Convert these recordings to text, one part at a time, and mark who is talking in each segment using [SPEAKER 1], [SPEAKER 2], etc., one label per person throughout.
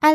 [SPEAKER 1] 艾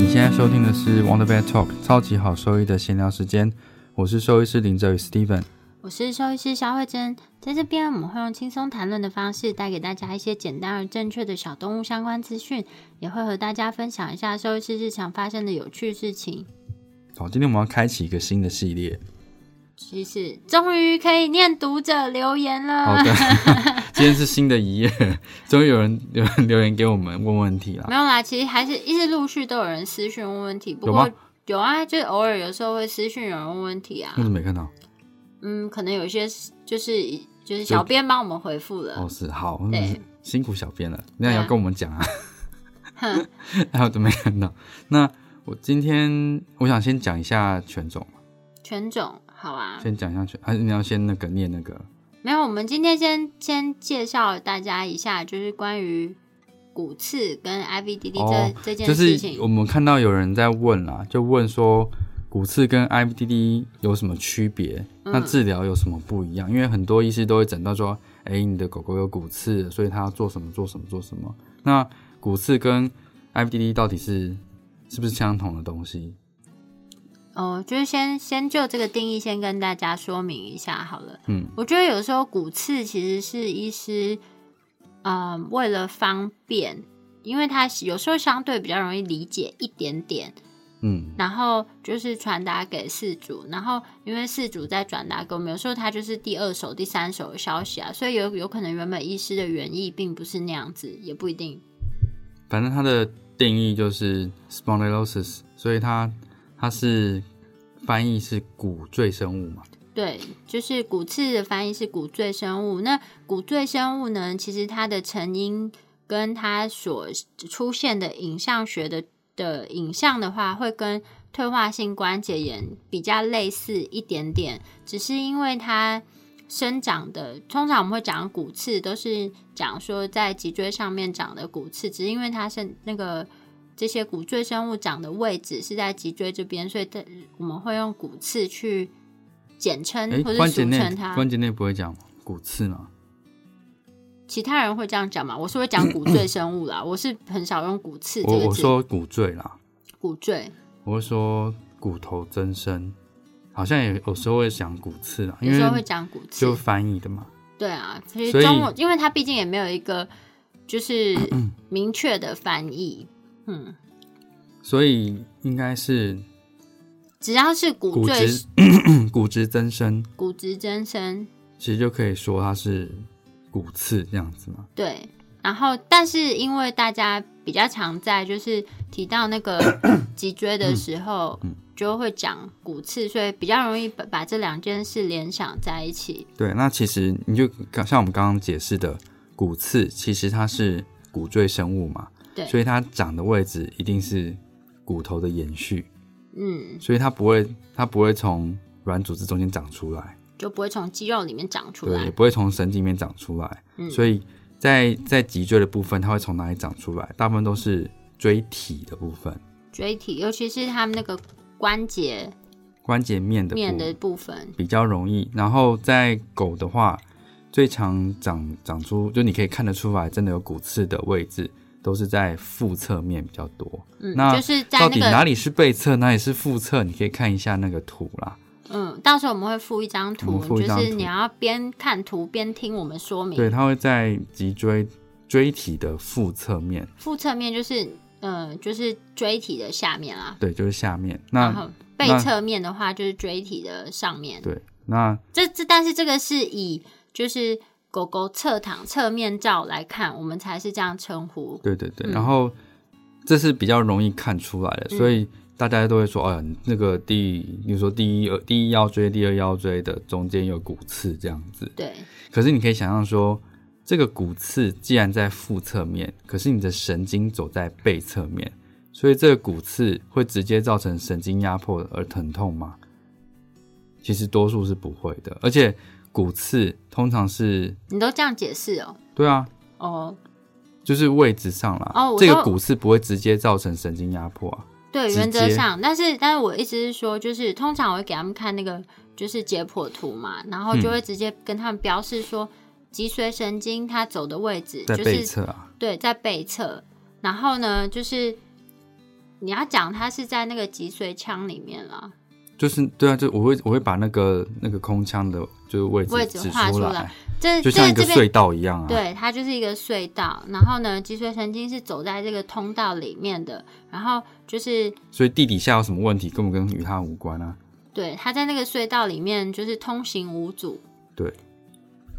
[SPEAKER 2] 你现在收听的是《Wonder Vet Talk》超级好兽医的闲聊时间，我是兽医师林哲宇 Steven。
[SPEAKER 1] 我是兽医师肖慧珍，在这边我们会用轻松谈论的方式带给大家一些简单而正确的小动物相关资讯，也会和大家分享一下兽医师日常发生的有趣事情。
[SPEAKER 2] 好，今天我们要开启一个新的系 列。
[SPEAKER 1] 其实终于可以念读者留言了，
[SPEAKER 2] 好的， 今天是新的一页， 终于有人有人留言给我们问问题
[SPEAKER 1] 没
[SPEAKER 2] 啦。
[SPEAKER 1] 有啊啦，其实还是一直陆续都有人私讯问问题，不
[SPEAKER 2] 有
[SPEAKER 1] 过
[SPEAKER 2] 吗
[SPEAKER 1] 有啊，就是偶尔有时候会私讯有人问问题啊
[SPEAKER 2] 为，什么没看到？
[SPEAKER 1] 嗯，可能有一些是就是就是小编帮我们回复了
[SPEAKER 2] 哦，，是好，
[SPEAKER 1] 对
[SPEAKER 2] 辛苦小编了，那也
[SPEAKER 1] 对啊
[SPEAKER 2] 要跟我们讲啊。
[SPEAKER 1] 啊 哼，
[SPEAKER 2] 然后都没看到。那我今天我想先讲一下犬种，
[SPEAKER 1] 全种好啊，
[SPEAKER 2] 先讲一下犬，还是你要先那个念那个？
[SPEAKER 1] 没有，我们今天先先介绍大家一下，就是关于骨刺跟 IVDD 这、
[SPEAKER 2] 哦
[SPEAKER 1] 这件
[SPEAKER 2] 就
[SPEAKER 1] 事
[SPEAKER 2] 是
[SPEAKER 1] 情。
[SPEAKER 2] 我们看到有人在问啦，就问说骨刺跟 IBDD 有什么区别？
[SPEAKER 1] 嗯
[SPEAKER 2] 那治疗有什么不一样？因为很多医师都会诊断说，哎、你的狗狗有骨刺，所以它要做什么做什么做什么。那骨刺跟 IBDD 到底是是不是相同的东西？
[SPEAKER 1] 哦，就是先先就这个定义先跟大家说明一下好了。
[SPEAKER 2] 嗯，
[SPEAKER 1] 我觉得有时候骨刺其实是医师，呃，为了方便，因为它有时候相对比较容易理解一点点，
[SPEAKER 2] 嗯，
[SPEAKER 1] 然后就是传达给事主，然后因为事主在转达给我们，有时候他就是第二手、第三手的消息啊，所以有有可能原本医师的原意并不是那样子，也不一定。
[SPEAKER 2] 反正它的定义就是 spondylosis，所以它它是翻译是骨赘生物嘛。
[SPEAKER 1] 对，就是骨刺的翻译是骨赘生物。那骨赘生物呢，其实它的成因跟它所出现的影像学的的影像的话，会跟退化性关节炎比较类似一点点，只是因为它生长的，通常我们会讲骨刺，都是讲说在脊椎上面长的骨刺，只是因为它是那个。这些骨赘生物长的位置是在脊椎这边，所以它我们会用骨刺去简称
[SPEAKER 2] 哎、
[SPEAKER 1] 嗯或者
[SPEAKER 2] 关节
[SPEAKER 1] 俗
[SPEAKER 2] 内
[SPEAKER 1] 称它。
[SPEAKER 2] 关节内不会讲骨刺嘛？
[SPEAKER 1] 其他人会这样讲嘛？我是会讲骨赘生物啦，我是很少用骨刺这
[SPEAKER 2] 我
[SPEAKER 1] 个
[SPEAKER 2] 我
[SPEAKER 1] 字。
[SPEAKER 2] 说骨赘啦，
[SPEAKER 1] 骨赘，
[SPEAKER 2] 我会说骨头增生，好像也有时候会讲骨刺啦，因
[SPEAKER 1] 有时候会
[SPEAKER 2] 为
[SPEAKER 1] 讲骨刺
[SPEAKER 2] 就。翻译的嘛。
[SPEAKER 1] 对啊，其
[SPEAKER 2] 所
[SPEAKER 1] 实
[SPEAKER 2] 以
[SPEAKER 1] 中文，因为它毕竟也没有一个 就是明确的翻译。嗯，
[SPEAKER 2] 所以应该是
[SPEAKER 1] 只要是骨
[SPEAKER 2] 骨
[SPEAKER 1] 赘
[SPEAKER 2] 质 骨质增生，
[SPEAKER 1] 骨质增生，
[SPEAKER 2] 其实就可以说它是骨刺这样子嘛。
[SPEAKER 1] 对。然后，但是因为大家比较常在就是提到那 个脊椎的时候，
[SPEAKER 2] 嗯
[SPEAKER 1] 就会讲骨刺，所以比较容易把把这两件事联想在一起。
[SPEAKER 2] 对，那其实你就刚像我们刚刚解释的，骨刺其实它是骨赘生物嘛，
[SPEAKER 1] 对
[SPEAKER 2] 所以它长的位置一定是骨头的延续，
[SPEAKER 1] 嗯，
[SPEAKER 2] 所以它不会它不会从软组织中间长出来，
[SPEAKER 1] 就不会从肌肉里面长出
[SPEAKER 2] 对，也
[SPEAKER 1] 来。
[SPEAKER 2] 不会从神经里面长出来，
[SPEAKER 1] 嗯
[SPEAKER 2] 所以在在脊椎的部分，它会从哪里长出来？大部分都是椎体的部分，
[SPEAKER 1] 椎体，尤其是他们那个关节
[SPEAKER 2] 关节面的部
[SPEAKER 1] 面
[SPEAKER 2] 分
[SPEAKER 1] 的部分，
[SPEAKER 2] 比较容易。然后在狗的话，最常长长出，就你可以看得出来，真的有骨刺的位置，都是在腹侧面比较多。
[SPEAKER 1] 嗯，
[SPEAKER 2] 那
[SPEAKER 1] 就是在
[SPEAKER 2] 到
[SPEAKER 1] 那
[SPEAKER 2] 底哪
[SPEAKER 1] 个，
[SPEAKER 2] 里是背侧，哪里是腹侧，你可以看一下那个图啦。
[SPEAKER 1] 嗯，到时候我们会附一张
[SPEAKER 2] 我
[SPEAKER 1] 图，
[SPEAKER 2] 们附一张
[SPEAKER 1] 就是
[SPEAKER 2] 图
[SPEAKER 1] 你要边看图边听我们说明。
[SPEAKER 2] 对，它会在脊椎椎体的腹侧面，
[SPEAKER 1] 腹侧面就是，呃，就是椎体的下面啦，
[SPEAKER 2] 对，就是下面。
[SPEAKER 1] 然
[SPEAKER 2] 那
[SPEAKER 1] 后背
[SPEAKER 2] 那
[SPEAKER 1] 侧面的话就是椎体的上面。
[SPEAKER 2] 对，那
[SPEAKER 1] 这这，但是这个是以就是狗狗侧躺侧面照来看，我们才是这样称呼。
[SPEAKER 2] 对对对，
[SPEAKER 1] 嗯
[SPEAKER 2] 然后这是比较容易看出来的，所以大家都会说，哎呀，那个第，比如说第一呃第一腰椎、第二腰椎的中间有骨刺这样子。
[SPEAKER 1] 对，
[SPEAKER 2] 可是你可以想象说，这个骨刺既然在腹侧面，可是你的神经走在背侧面，所以这个骨刺会直接造成神经压迫而疼痛吗？其实多数是不会的，而且骨刺通常是，
[SPEAKER 1] 你都这样解释哦，
[SPEAKER 2] 对啊，
[SPEAKER 1] 哦，
[SPEAKER 2] 就是位置上啦。
[SPEAKER 1] 哦我
[SPEAKER 2] 这个
[SPEAKER 1] 说
[SPEAKER 2] 骨刺不会直接造成神经压迫啊。
[SPEAKER 1] 对，
[SPEAKER 2] 直
[SPEAKER 1] 原则
[SPEAKER 2] 接
[SPEAKER 1] 上，但是但是我意思是说，就是通常我会给他们看那个就是解剖图嘛，然后就
[SPEAKER 2] 嗯
[SPEAKER 1] 会直接跟他们标示说、脊髓神经它走的位置，
[SPEAKER 2] 在
[SPEAKER 1] 就
[SPEAKER 2] 背
[SPEAKER 1] 是
[SPEAKER 2] 侧啊，
[SPEAKER 1] 对，在背侧。然后呢，就是你要讲它是在那个脊髓腔里面啦，
[SPEAKER 2] 就是对啊，就我会我会把那个那个空腔的，就是位
[SPEAKER 1] 位置
[SPEAKER 2] 指
[SPEAKER 1] 画出
[SPEAKER 2] 来，
[SPEAKER 1] 来这
[SPEAKER 2] 就
[SPEAKER 1] 这
[SPEAKER 2] 像一个
[SPEAKER 1] 这边
[SPEAKER 2] 隧道一样啊。
[SPEAKER 1] 对，它就是一个隧道。然后呢，脊髓神经是走在这个通道里面的，然后就是
[SPEAKER 2] 所以地底下有什么问题，根本跟与它无关啊。
[SPEAKER 1] 对，它在那个隧道里面就是通行无阻。
[SPEAKER 2] 对，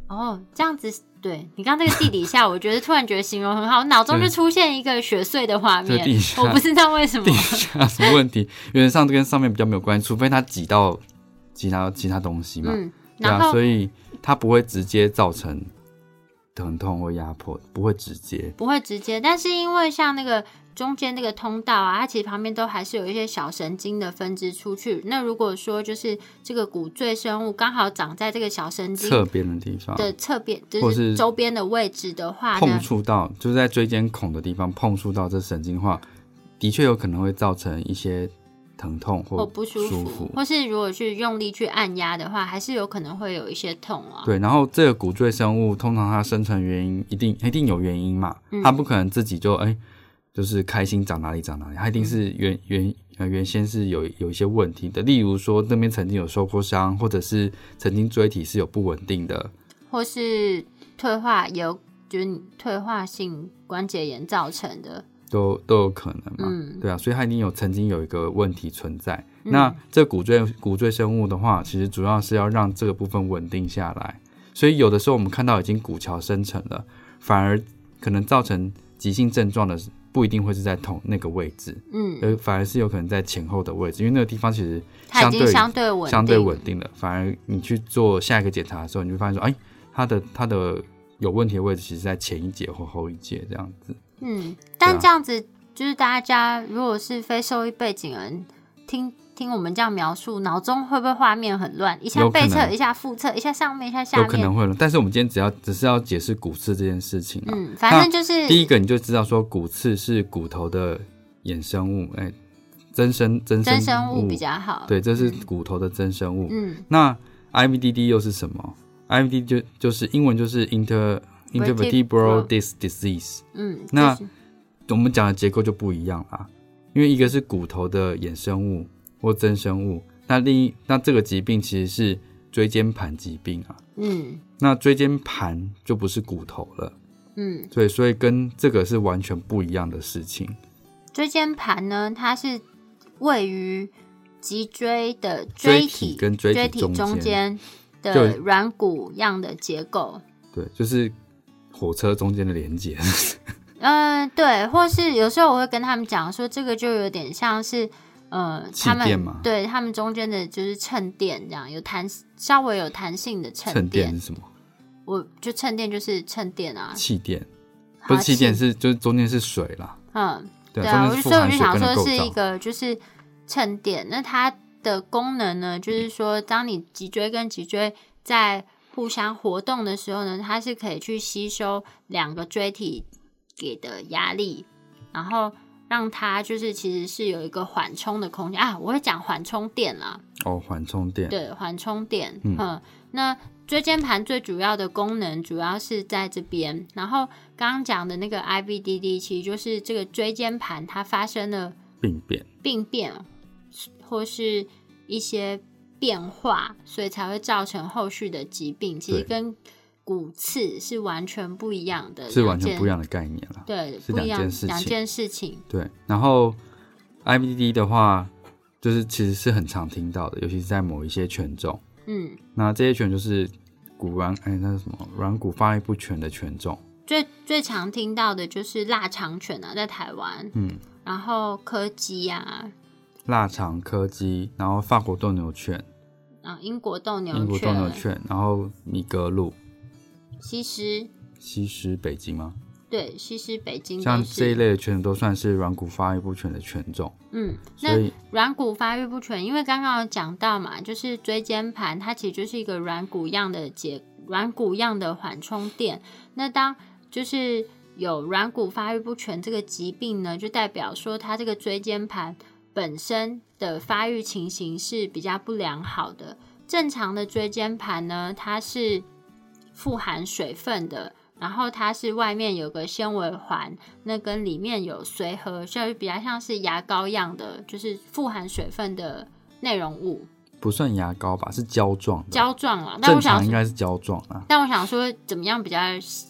[SPEAKER 1] 哦，这样子。对你刚刚这个地底下，我觉得突然觉得形容很好，脑中就
[SPEAKER 2] 对
[SPEAKER 1] 出现一个雪穗的画
[SPEAKER 2] 对
[SPEAKER 1] 面
[SPEAKER 2] 地底，下
[SPEAKER 1] 我不知道为什么
[SPEAKER 2] 地底下有什么问题，原则上跟上面比较没有关系，除非它挤到其他其他东西嘛。
[SPEAKER 1] 嗯，
[SPEAKER 2] 对
[SPEAKER 1] 然
[SPEAKER 2] 啊，
[SPEAKER 1] 后
[SPEAKER 2] 所以它不会直接造成疼痛或压迫，不会直接。
[SPEAKER 1] 不会直接，但是因为像那个中间那个通道啊，它其实旁边都还是有一些小神经的分支出去。那如果说就是这个骨赘生物刚好长在这个小神经
[SPEAKER 2] 侧边的地方
[SPEAKER 1] 的侧边，
[SPEAKER 2] 或
[SPEAKER 1] 就是是周边的位置的话
[SPEAKER 2] 碰
[SPEAKER 1] 呢，
[SPEAKER 2] 触到，就是在椎间孔的地方碰触到这神经的话，的确有可能会造成一些疼痛
[SPEAKER 1] 或
[SPEAKER 2] 或
[SPEAKER 1] 不舒服，
[SPEAKER 2] 服。
[SPEAKER 1] 或是如果去用力去按压的话，还是有可能会有一些痛啊。
[SPEAKER 2] 对，然后这个骨赘生物通常它生成原因一定一定有原因嘛，
[SPEAKER 1] 嗯
[SPEAKER 2] 它不可能自己就哎、就是开心长哪里长哪里，它一定是
[SPEAKER 1] 嗯
[SPEAKER 2] 原原呃原先是有有一些问题的，例如说那边曾经有受过伤，或者是曾经椎体是有不稳定的，
[SPEAKER 1] 或是退化有就是你退化性关节炎造成的。
[SPEAKER 2] 都都有可能嘛，
[SPEAKER 1] 嗯
[SPEAKER 2] 对啊，所以它一定有曾经有一个问题存在。那这骨赘骨赘生物的话，其实主要是要让这个部分稳定下来，所以有的时候我们看到已经骨桥生成了，反而可能造成急性症状的不一定会是在同那个位置，
[SPEAKER 1] 嗯，
[SPEAKER 2] 而反而是有可能在前后的位置，因为那个地方其实
[SPEAKER 1] 它已
[SPEAKER 2] 相对
[SPEAKER 1] 经相对稳定，
[SPEAKER 2] 相对稳定了，反而你去做下一个检查的时候，你就会发现说，哎，它的它的有问题的位置其实在前一节或后一节这样子。
[SPEAKER 1] 嗯，
[SPEAKER 2] 对
[SPEAKER 1] 但
[SPEAKER 2] 啊
[SPEAKER 1] 这样子就是大家如果是非受益背景人，听听我们这样描述，脑中会不会画面很乱？一下
[SPEAKER 2] 有可
[SPEAKER 1] 背侧，
[SPEAKER 2] 能
[SPEAKER 1] 一下腹侧，一下上面，一下下
[SPEAKER 2] 有
[SPEAKER 1] 面。
[SPEAKER 2] 可能会了，但是我们今天只要只是要解释骨刺这件事情啊。
[SPEAKER 1] 嗯，反正就是
[SPEAKER 2] 第一个你就知道说骨刺是骨头的衍生物，哎、增生增生
[SPEAKER 1] 真生物比较好。
[SPEAKER 2] 对，这是骨头的增生物。
[SPEAKER 1] 嗯，
[SPEAKER 2] 那 IVDD 又是什么？IVDD 就就是英文就是 inter intervertebral
[SPEAKER 1] Vertebral
[SPEAKER 2] disc disease，
[SPEAKER 1] 嗯嗯，
[SPEAKER 2] 那
[SPEAKER 1] 就是
[SPEAKER 2] 我们讲的结构就不一样啦，因为一个是骨头的衍生物或增生物，那另一那这个疾病其实是椎间盘疾病啊。
[SPEAKER 1] 嗯
[SPEAKER 2] 那椎间盘就不是骨头了，
[SPEAKER 1] 嗯，
[SPEAKER 2] 对，所以跟这个是完全不一样的事情。
[SPEAKER 1] 椎间盘呢，它是位于脊椎的
[SPEAKER 2] 椎
[SPEAKER 1] 体
[SPEAKER 2] 体跟椎
[SPEAKER 1] 椎
[SPEAKER 2] 体
[SPEAKER 1] 体中
[SPEAKER 2] 中
[SPEAKER 1] 间
[SPEAKER 2] 间
[SPEAKER 1] 的
[SPEAKER 2] 就
[SPEAKER 1] 软骨样的结构。
[SPEAKER 2] 对，就是火车中间的连接。
[SPEAKER 1] 嗯，对，或是有时候我会跟他们讲说，这个就有点像是，呃，
[SPEAKER 2] 气
[SPEAKER 1] 他
[SPEAKER 2] 垫
[SPEAKER 1] 们
[SPEAKER 2] 吗
[SPEAKER 1] 对他们中间的就是衬垫这样，有弹稍微有弹性的衬
[SPEAKER 2] 衬
[SPEAKER 1] 垫。
[SPEAKER 2] 垫是什么？
[SPEAKER 1] 我就衬垫就是衬垫啊，
[SPEAKER 2] 气垫，
[SPEAKER 1] 好
[SPEAKER 2] 不是气垫
[SPEAKER 1] 气
[SPEAKER 2] 是就是中间是水啦，
[SPEAKER 1] 嗯，
[SPEAKER 2] 对
[SPEAKER 1] 对
[SPEAKER 2] 啊，
[SPEAKER 1] 啊，
[SPEAKER 2] 中
[SPEAKER 1] 我就是
[SPEAKER 2] 间富
[SPEAKER 1] 所以我就
[SPEAKER 2] 含水
[SPEAKER 1] 想
[SPEAKER 2] 分的
[SPEAKER 1] 说
[SPEAKER 2] 构
[SPEAKER 1] 是一
[SPEAKER 2] 造。
[SPEAKER 1] 个就是衬垫，那它的功能呢，就是说当你脊椎跟脊椎在互相活动的时候呢，它是可以去吸收两个椎体给的压力，然后让它就是其实是有一个缓冲的空间啊，我会讲缓冲垫啦，
[SPEAKER 2] 哦，缓冲垫。
[SPEAKER 1] 对，缓冲垫。
[SPEAKER 2] 嗯
[SPEAKER 1] 嗯，那椎间盘最主要的功能主要是在这边，然后刚刚讲的那个 IVDD 其实就是这个椎间盘它发生了
[SPEAKER 2] 病变。
[SPEAKER 1] 病变或是一些变化，所以才会造成后续的疾病。其实
[SPEAKER 2] 对
[SPEAKER 1] 跟骨刺是完全不一样的，
[SPEAKER 2] 是完全不一
[SPEAKER 1] 样，
[SPEAKER 2] 样的概念啦。
[SPEAKER 1] 对，
[SPEAKER 2] 是
[SPEAKER 1] 不
[SPEAKER 2] 两
[SPEAKER 1] 一样
[SPEAKER 2] 件事情
[SPEAKER 1] 两件事情。
[SPEAKER 2] 对，然后 IBD 的话，就是其实是很常听到的，尤其是在某一些犬种。
[SPEAKER 1] 嗯，
[SPEAKER 2] 那这些犬就是骨软，哎，那是什么软骨发育不全的犬种。
[SPEAKER 1] 最最常听到的就是腊肠犬啊，在台湾，
[SPEAKER 2] 嗯，
[SPEAKER 1] 然后柯基啊，
[SPEAKER 2] 腊肠柯基，然后法国斗牛犬、
[SPEAKER 1] 啊，英国斗牛
[SPEAKER 2] 英国斗牛
[SPEAKER 1] 犬、
[SPEAKER 2] 犬，然后米格鲁、
[SPEAKER 1] 西施，
[SPEAKER 2] 西施、北京吗？
[SPEAKER 1] 对，西施、北京嗯都
[SPEAKER 2] 像
[SPEAKER 1] 是
[SPEAKER 2] 这一类的犬种都算是软骨发育不全的犬种，
[SPEAKER 1] 嗯，
[SPEAKER 2] 所
[SPEAKER 1] 那
[SPEAKER 2] 以
[SPEAKER 1] 软骨发育不全，因为刚刚有讲到嘛，就是椎间盘它其实就是一个软骨样的结，软骨样的缓冲垫。那当就是有软骨发育不全这个疾病呢，就代表说它这个椎间盘本身的发育情形是比较不良好的。正常的椎间盘呢，它是富含水分的，然后它是外面有个纤维环，那跟里面有髓核，所以比较像是牙膏样的，就是富含水分的内容物，
[SPEAKER 2] 不算牙膏吧，是胶状的。
[SPEAKER 1] 胶状啊。但
[SPEAKER 2] 正
[SPEAKER 1] 我想
[SPEAKER 2] 常
[SPEAKER 1] 说
[SPEAKER 2] 应该是胶状啊，
[SPEAKER 1] 但我想说，怎么样比较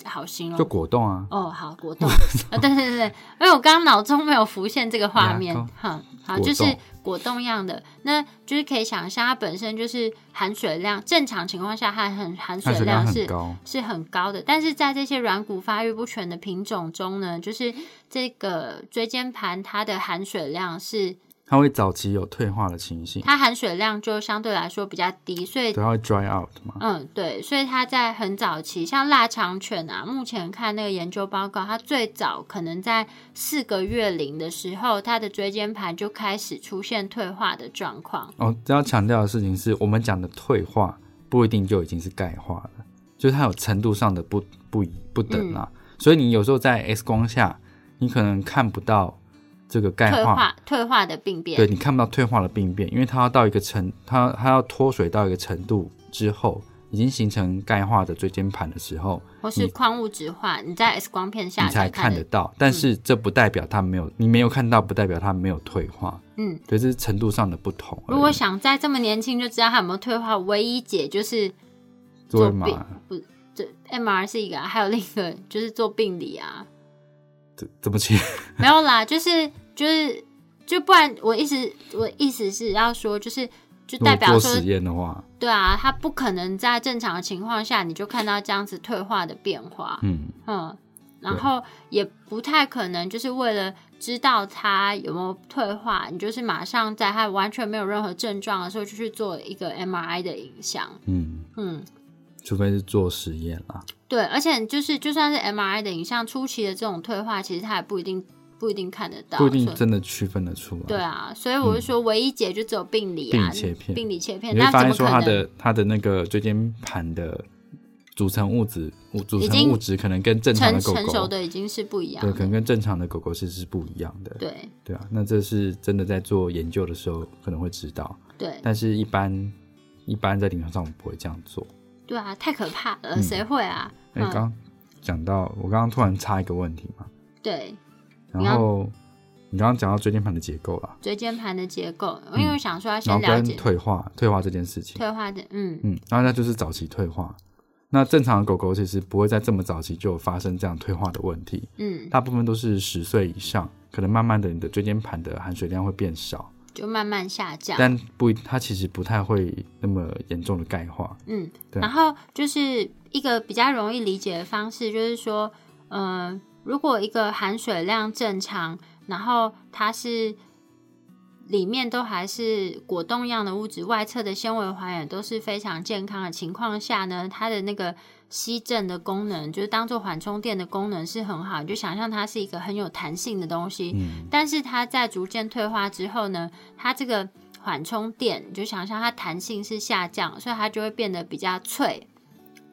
[SPEAKER 1] 好形容？
[SPEAKER 2] 就果冻啊。
[SPEAKER 1] 哦，好，果冻啊，对对对对，因为我刚刚脑中没有浮现这个画面
[SPEAKER 2] 牙膏，
[SPEAKER 1] 哼、好，
[SPEAKER 2] 果
[SPEAKER 1] 就是
[SPEAKER 2] 冻
[SPEAKER 1] 果冻样的，那就是可以想象它本身就是含水量，正常情况下它含含
[SPEAKER 2] 含
[SPEAKER 1] 水
[SPEAKER 2] 水量
[SPEAKER 1] 是
[SPEAKER 2] 很高，
[SPEAKER 1] 是很高的，但是在这些软骨发育不全的品种中呢，就是这个椎间盘它的含水量是
[SPEAKER 2] 它会早期有退化的情形，
[SPEAKER 1] 它含水量就相对来说比较低，所以
[SPEAKER 2] 对，它会 dry out 嘛。
[SPEAKER 1] 嗯，对，所以它在很早期，像腊肠犬啊，目前看那个研究报告，它最早可能在四个月龄的时候，它的椎间盘就开始出现退化的状况。
[SPEAKER 2] 哦，这要强调的事情是我们讲的退化不一定就已经是钙化了，就是它有程度上的不不一不等
[SPEAKER 1] 嗯
[SPEAKER 2] 啦。所以你有时候在 X 光下，你可能看不到这个钙
[SPEAKER 1] 退
[SPEAKER 2] 化，
[SPEAKER 1] 化退化的病变，
[SPEAKER 2] 对你看不到退化的病变，因为它要到一个程，它它要脱水到一个程度之后，已经形成钙化的椎间盘的时候，
[SPEAKER 1] 或是矿物质化，你在 X 光片下
[SPEAKER 2] 你才
[SPEAKER 1] 看嗯
[SPEAKER 2] 看得。到。但是这不代表它没有，你没有看到，不代表它没有退化。
[SPEAKER 1] 嗯，
[SPEAKER 2] 对，这是程度上的不同而已。
[SPEAKER 1] 如果想在这么年轻就知道它有没有退化，唯一解就是
[SPEAKER 2] 做
[SPEAKER 1] 做
[SPEAKER 2] 嘛
[SPEAKER 1] 病，不这 MR 是一个啊、还有另一个就是做病理啊，
[SPEAKER 2] 怎怎么去？
[SPEAKER 1] 没有啦，就是就是就不然，我意思我意思是要说，就是就
[SPEAKER 2] 如果
[SPEAKER 1] 代表
[SPEAKER 2] 做
[SPEAKER 1] 说
[SPEAKER 2] 实，验的话，
[SPEAKER 1] 对啊，它不可能在正常的情况下你就看到这样子退化的变化，
[SPEAKER 2] 嗯，
[SPEAKER 1] 嗯，然后也不太可能就是为了知道它有没有退化，你就是马上在它完全没有任何症状的时候就去做一个 MRI 的影像，
[SPEAKER 2] 嗯，
[SPEAKER 1] 嗯。
[SPEAKER 2] 除非是做实验啦。
[SPEAKER 1] 对，而且就是就算是 MRI 的影像初期的这种退化，其实它也不一定不一定看得到，
[SPEAKER 2] 不一定
[SPEAKER 1] 所以
[SPEAKER 2] 真的区分得出来。
[SPEAKER 1] 对啊，所以我就说，唯一解就只有病理啊，
[SPEAKER 2] 病理切片
[SPEAKER 1] 病理切片，
[SPEAKER 2] 你会
[SPEAKER 1] 那怎
[SPEAKER 2] 发现
[SPEAKER 1] 么
[SPEAKER 2] 说
[SPEAKER 1] 可
[SPEAKER 2] 它
[SPEAKER 1] 能？
[SPEAKER 2] 的它的那个椎间盘的组成物质，物组
[SPEAKER 1] 已
[SPEAKER 2] 成
[SPEAKER 1] 经
[SPEAKER 2] 物质可能跟正常
[SPEAKER 1] 成
[SPEAKER 2] 的狗
[SPEAKER 1] 成熟
[SPEAKER 2] 狗，
[SPEAKER 1] 的已经是不一样
[SPEAKER 2] 对，可
[SPEAKER 1] 的，
[SPEAKER 2] 能跟正常的狗狗是是不一样的，
[SPEAKER 1] 对
[SPEAKER 2] 对啊。那这是真的在做研究的时候可能会知道，
[SPEAKER 1] 对
[SPEAKER 2] 但是一般一般在临床上我们不会这样做。
[SPEAKER 1] 对啊，太可怕了，谁会啊？
[SPEAKER 2] 哎，刚刚讲到我刚刚突然插一个问题嘛，
[SPEAKER 1] 对，你
[SPEAKER 2] 然
[SPEAKER 1] 要
[SPEAKER 2] 后你刚刚讲到椎间盘的结构啦，
[SPEAKER 1] 椎间盘的结构，因为我想说要
[SPEAKER 2] 嗯然
[SPEAKER 1] 先
[SPEAKER 2] 后
[SPEAKER 1] 了
[SPEAKER 2] 跟
[SPEAKER 1] 解
[SPEAKER 2] 退化退化这件事情，
[SPEAKER 1] 退化的，嗯，
[SPEAKER 2] 嗯，然后那就是早期退化。那正常的狗狗其实不会在这么早期就有发生这样退化的问题，
[SPEAKER 1] 嗯，
[SPEAKER 2] 大部分都是十岁以上，可能慢慢的你的椎间盘的含水量会变少，
[SPEAKER 1] 就慢慢下降。
[SPEAKER 2] 但不一它其实不太会那么严重的钙化。
[SPEAKER 1] 嗯，
[SPEAKER 2] 对
[SPEAKER 1] 然后就是一个比较容易理解的方式，就是说，呃，如果一个含水量正常，然后它是里面都还是果冻样的物质，外侧的纤维环也都是非常健康的情况下呢，它的那个吸震的功能，就是当做缓冲垫的功能是很好，你就想象它是一个很有弹性的东西。
[SPEAKER 2] 嗯，
[SPEAKER 1] 但是它在逐渐退化之后呢，它这个缓冲垫你就想象它弹性是下降，所以它就会变得比较脆，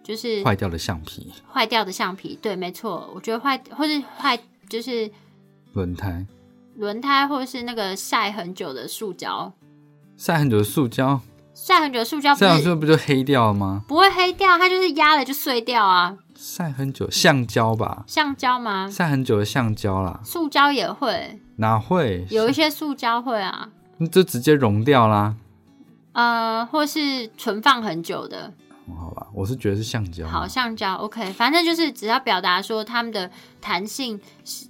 [SPEAKER 1] 就是
[SPEAKER 2] 坏掉的橡皮、
[SPEAKER 1] 坏掉的橡皮。对，没错，我觉得坏或是坏就是
[SPEAKER 2] 轮胎、
[SPEAKER 1] 轮胎或是那个晒很久的塑胶，
[SPEAKER 2] 晒很久的塑胶，
[SPEAKER 1] 晒很久的塑胶不
[SPEAKER 2] 晒很
[SPEAKER 1] 是
[SPEAKER 2] 久不就黑掉了吗？
[SPEAKER 1] 不会黑掉，它就是压了就碎掉啊。
[SPEAKER 2] 晒很久，橡胶吧，
[SPEAKER 1] 橡胶吗？
[SPEAKER 2] 晒很久的橡胶啦，
[SPEAKER 1] 塑胶也会，
[SPEAKER 2] 哪会？
[SPEAKER 1] 有一些塑胶会啊，
[SPEAKER 2] 就直接溶掉啦。
[SPEAKER 1] 呃，或是存放很久的，
[SPEAKER 2] 哦好吧，我是觉得是橡胶。
[SPEAKER 1] 好，橡胶 OK，反正就是只要表达说它们的弹性是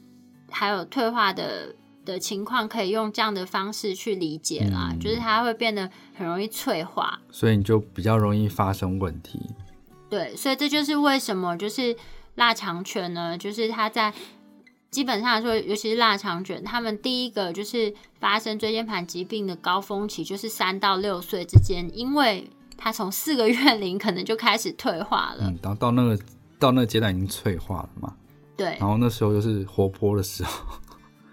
[SPEAKER 1] 还有退化的的情况，可以用这样的方式去理解啦，
[SPEAKER 2] 嗯
[SPEAKER 1] 就是它会变得很容易脆化。
[SPEAKER 2] 所以你就比较容易发生问题。
[SPEAKER 1] 对，所以这就是为什么就是腊肠犬呢，就是它在基本上来说，尤其是腊肠犬，它们第一个就是发生椎间盘疾病的高峰期，就是三到六岁之间，因为它从四个月龄可能就开始退化了。
[SPEAKER 2] 嗯嗯，到到那个到那个阶段已经脆化了嘛，
[SPEAKER 1] 对
[SPEAKER 2] 然后那时候就是活泼的 时候，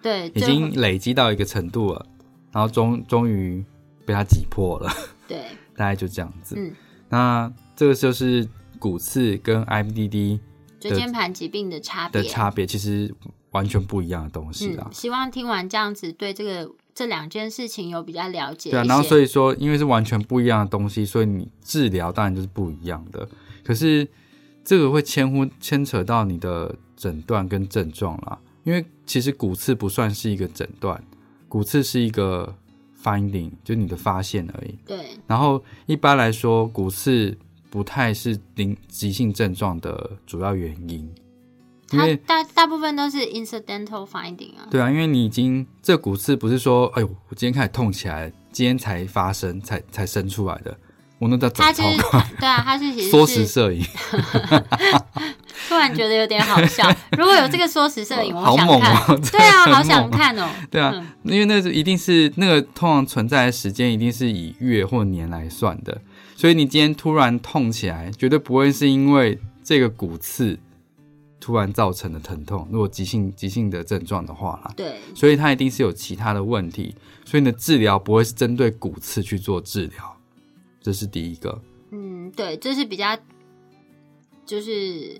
[SPEAKER 1] 对，
[SPEAKER 2] 已
[SPEAKER 1] 就
[SPEAKER 2] 经累积到一个程度了，然后终终于被他挤破了，
[SPEAKER 1] 对，
[SPEAKER 2] 大概就这样子。
[SPEAKER 1] 嗯，
[SPEAKER 2] 那这个就是骨刺跟 IBDD
[SPEAKER 1] 椎间盘疾病的差别
[SPEAKER 2] 的差啊别，其实完全不一样的东西啦
[SPEAKER 1] 嗯，。希望听完这样子，对这个这两件事情有比较了解一些。
[SPEAKER 2] 对啊，然后所以说，因为是完全不一样的东西，所以你治疗当然就是不一样的。可是这个会牵乎牵扯到你的诊断跟症状啦，因为其实骨刺不算是一个诊断，骨刺是一个 finding，就你的发现而已。
[SPEAKER 1] 对
[SPEAKER 2] 然后一般来说，骨刺不太是临急性症状的主要原因，因
[SPEAKER 1] 它
[SPEAKER 2] 为
[SPEAKER 1] 大大部分都是 incidental finding 啊。
[SPEAKER 2] 对啊，因为你已经这骨刺不是说，哎呦，我今天开始痛起来，今天才发生，才才生出来的，我那叫长
[SPEAKER 1] 它是
[SPEAKER 2] 超快，
[SPEAKER 1] 对啊，它是其
[SPEAKER 2] 缩
[SPEAKER 1] 实
[SPEAKER 2] 时
[SPEAKER 1] 是
[SPEAKER 2] 摄 影，
[SPEAKER 1] 突然觉得有点好 笑。如果有这个缩时摄影，
[SPEAKER 2] 好
[SPEAKER 1] 我想
[SPEAKER 2] 猛
[SPEAKER 1] 看。
[SPEAKER 2] 哦！
[SPEAKER 1] 对 啊，好想
[SPEAKER 2] 猛哦
[SPEAKER 1] 看哦。
[SPEAKER 2] 对啊，因为那是一定是那个通常存在的时间，一定是以月或年来算的，所以你今天突然痛起来，绝对不会是因为这个骨刺突然造成的疼痛，如果急性急性的症状的话啦。
[SPEAKER 1] 对
[SPEAKER 2] 所以它一定是有其他的问题，所以你的治疗不会是针对骨刺去做治疗，这是第一个。
[SPEAKER 1] 嗯，对，这是比较就是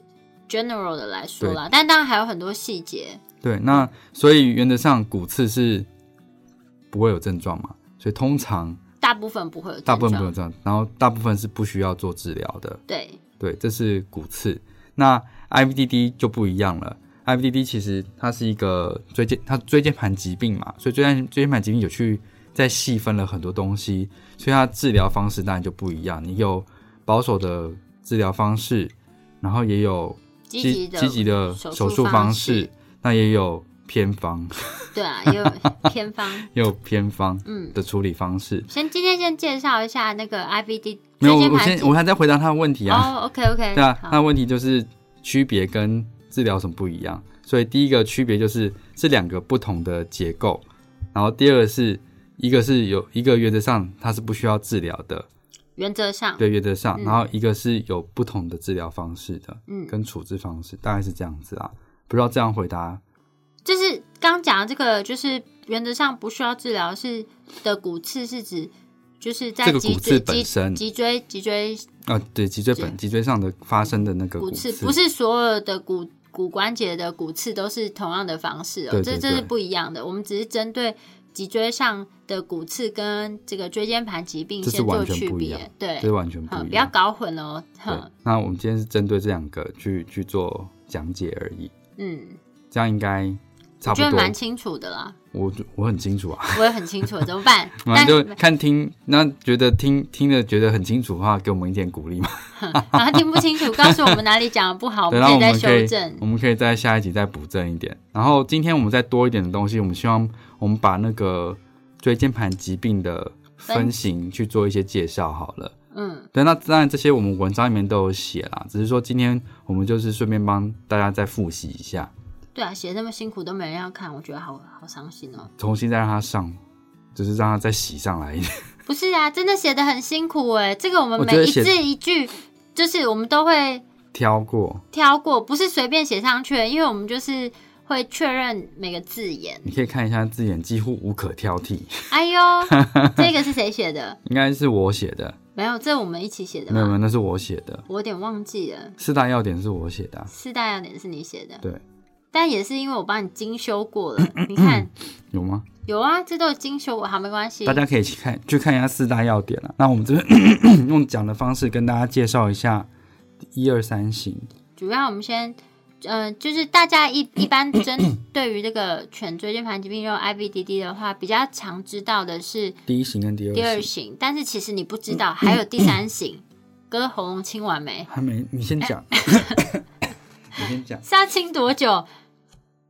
[SPEAKER 1] general 的来说啦，但当然还有很多细节。
[SPEAKER 2] 对，那所以原则上骨刺是不会有症状嘛，所以通常
[SPEAKER 1] 大部分不会有症
[SPEAKER 2] 大
[SPEAKER 1] 状，
[SPEAKER 2] 部分不会有症状，然后大部分是不需要做治疗的。
[SPEAKER 1] 对
[SPEAKER 2] 对，这是骨刺。那 IVDD 就不一样了。IVDD 其实它是一个椎间，它椎间盘疾病嘛，所以椎间椎间盘疾病有去再细分了很多东西，所以它治疗方式当然就不一样。你有保守的治疗方式，然后也有
[SPEAKER 1] 积极的
[SPEAKER 2] 积极的
[SPEAKER 1] 手
[SPEAKER 2] 手
[SPEAKER 1] 术
[SPEAKER 2] 术
[SPEAKER 1] 方
[SPEAKER 2] 方
[SPEAKER 1] 式
[SPEAKER 2] 式，那也有偏方，
[SPEAKER 1] 对啊，也有偏方。
[SPEAKER 2] 也有偏方
[SPEAKER 1] 嗯，
[SPEAKER 2] 的处理方式。
[SPEAKER 1] 先今天先介绍一下那个 IBD
[SPEAKER 2] 没有，
[SPEAKER 1] 椎间
[SPEAKER 2] 我我
[SPEAKER 1] 盘
[SPEAKER 2] 先
[SPEAKER 1] 疾
[SPEAKER 2] 我还在回答他的问题啊。
[SPEAKER 1] 哦，OK OK，
[SPEAKER 2] 对啊，那问题就是区别跟治疗有什么不一样？所以第一个区别就是这两个不同的结构，然后第二个是一个是有一个原则上它是不需要治疗的，
[SPEAKER 1] 原则上，
[SPEAKER 2] 对原则上，
[SPEAKER 1] 嗯
[SPEAKER 2] 然后一个是有不同的治疗方式的
[SPEAKER 1] 嗯，
[SPEAKER 2] 跟处置方式，大概是这样子啊。不知道这样回答
[SPEAKER 1] 就是刚讲的这个，就是原则上不需要治疗是的骨刺是指就是在
[SPEAKER 2] 这个
[SPEAKER 1] 脊
[SPEAKER 2] 骨
[SPEAKER 1] 椎
[SPEAKER 2] 刺本身
[SPEAKER 1] 脊脊椎脊椎
[SPEAKER 2] 啊？对，脊椎本脊椎上的发生的那个
[SPEAKER 1] 骨
[SPEAKER 2] 刺
[SPEAKER 1] 刺，不是所有的骨骨关节的骨刺都是同样的方式哦，
[SPEAKER 2] 对
[SPEAKER 1] 这
[SPEAKER 2] 对
[SPEAKER 1] 这是
[SPEAKER 2] 对
[SPEAKER 1] 不一样的。我们只是针对脊椎上的骨刺跟这个椎间盘疾病
[SPEAKER 2] 这是
[SPEAKER 1] 先做
[SPEAKER 2] 完全
[SPEAKER 1] 区
[SPEAKER 2] 不一样
[SPEAKER 1] 别，对
[SPEAKER 2] 这，是完全不
[SPEAKER 1] 嗯，
[SPEAKER 2] 一
[SPEAKER 1] 不要
[SPEAKER 2] 样。
[SPEAKER 1] 搞混了哦，
[SPEAKER 2] 对
[SPEAKER 1] 哼，，
[SPEAKER 2] 那我们今天是针对这两个去去做讲解而已，
[SPEAKER 1] 嗯，
[SPEAKER 2] 这样应该差
[SPEAKER 1] 我
[SPEAKER 2] 不
[SPEAKER 1] 觉
[SPEAKER 2] 多。
[SPEAKER 1] 得蛮清楚的啦，
[SPEAKER 2] 我就我很清楚 啊，
[SPEAKER 1] 我也很清楚，怎么 办？
[SPEAKER 2] 反
[SPEAKER 1] 但
[SPEAKER 2] 正就看听，那觉得听听的觉得很清楚的话，给我们一点鼓励嘛。
[SPEAKER 1] 然后听不清楚，告诉我们哪里讲的不好，我
[SPEAKER 2] 对，
[SPEAKER 1] 们
[SPEAKER 2] 然后
[SPEAKER 1] 可以再
[SPEAKER 2] 我们可
[SPEAKER 1] 修
[SPEAKER 2] 以
[SPEAKER 1] 正
[SPEAKER 2] 我。们可以在下一集再补正一点。然后今天我们再多一点的东西，我们希望我们把那个椎间盘疾病的分型去做一些介绍好了。
[SPEAKER 1] 嗯，
[SPEAKER 2] 对，那当然这些我们文章里面都有写啦，只是说今天我们就是顺便帮大家再复习一下，
[SPEAKER 1] 对啊，写那么辛苦都没人要看，我觉得好好伤心哦。
[SPEAKER 2] 重新再让它上，就是让它再洗上来一点。
[SPEAKER 1] 不是啊，真的写的很辛苦哎，这个我们
[SPEAKER 2] 我
[SPEAKER 1] 每
[SPEAKER 2] 觉得
[SPEAKER 1] 一
[SPEAKER 2] 写
[SPEAKER 1] 字一句，就是我们都会
[SPEAKER 2] 挑过，
[SPEAKER 1] 挑过，不是随便写上去的，因为我们就是会确认每个字眼。
[SPEAKER 2] 你可以看一下字眼几乎无可挑剔，
[SPEAKER 1] 哎 呦，这个是谁写的？
[SPEAKER 2] 应该是我写的。
[SPEAKER 1] 没有，这我们一起写的
[SPEAKER 2] 没有没
[SPEAKER 1] 吗？
[SPEAKER 2] 有，那是我写的，
[SPEAKER 1] 我有点忘记了，
[SPEAKER 2] 四大要点是我写的啊、
[SPEAKER 1] 四大要点是你写的，
[SPEAKER 2] 对，
[SPEAKER 1] 但也是因为我帮你精修过了。你 看，
[SPEAKER 2] 有吗？
[SPEAKER 1] 有啊，这都有精修过，好，没关系
[SPEAKER 2] 大。家可以去看去看一下四大要点了、那我们这边 用讲的方式跟大家介绍一下一二三型。
[SPEAKER 1] 主要我们先，呃，就是大家一 一般针对于这个犬椎间盘疾病，就 IVDD 的话，比较常知道的是
[SPEAKER 2] 第一型跟第二
[SPEAKER 1] 第二
[SPEAKER 2] 型。
[SPEAKER 1] 型，但是其实你不知道还有第三型。哥喉咙清完没？
[SPEAKER 2] 还没，你先 讲，你先讲。
[SPEAKER 1] 是要清多久？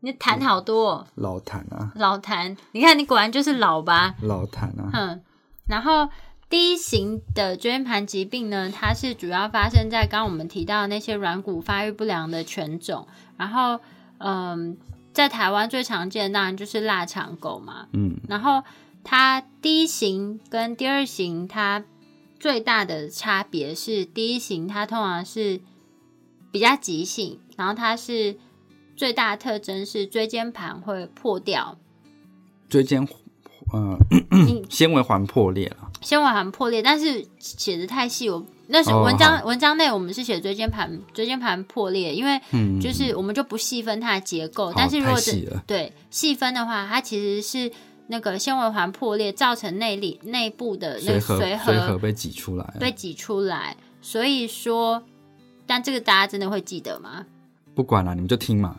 [SPEAKER 1] 你痰好多、哦，
[SPEAKER 2] 老谭啊，
[SPEAKER 1] 老痰。你看，你果然就是老吧？
[SPEAKER 2] 老谭啊，
[SPEAKER 1] 嗯。然后第一型的椎间盘疾病呢，它是主要发生在刚刚我们提到的那些软骨发育不良的犬种。然后，嗯，在台湾最常见的当然就是腊肠狗嘛。
[SPEAKER 2] 嗯，
[SPEAKER 1] 然后它第一型跟第二型它最大的差别是，第一型它通常是比较急性，然后它是最大的特征是椎间盘会破掉，
[SPEAKER 2] 椎间呃
[SPEAKER 1] 你
[SPEAKER 2] 纤维环破裂了，
[SPEAKER 1] 纤维很破裂，但是写的太细，我那是
[SPEAKER 2] 哦
[SPEAKER 1] 文章、文章内我们是写椎间盘椎间盘破裂，因为
[SPEAKER 2] 嗯，
[SPEAKER 1] 就是我们就不细分它的结构，
[SPEAKER 2] 哦
[SPEAKER 1] 但是如
[SPEAKER 2] 太
[SPEAKER 1] 果
[SPEAKER 2] 细
[SPEAKER 1] 只
[SPEAKER 2] 了，
[SPEAKER 1] 对细分的话，它其实是那个纤维环破裂造成内里内部的那
[SPEAKER 2] 随
[SPEAKER 1] 个
[SPEAKER 2] 和
[SPEAKER 1] 髓
[SPEAKER 2] 随和嗯被挤出来了，
[SPEAKER 1] 被挤出来，所以说，但这个大家真的会记得吗？
[SPEAKER 2] 不管了，你们就听嘛，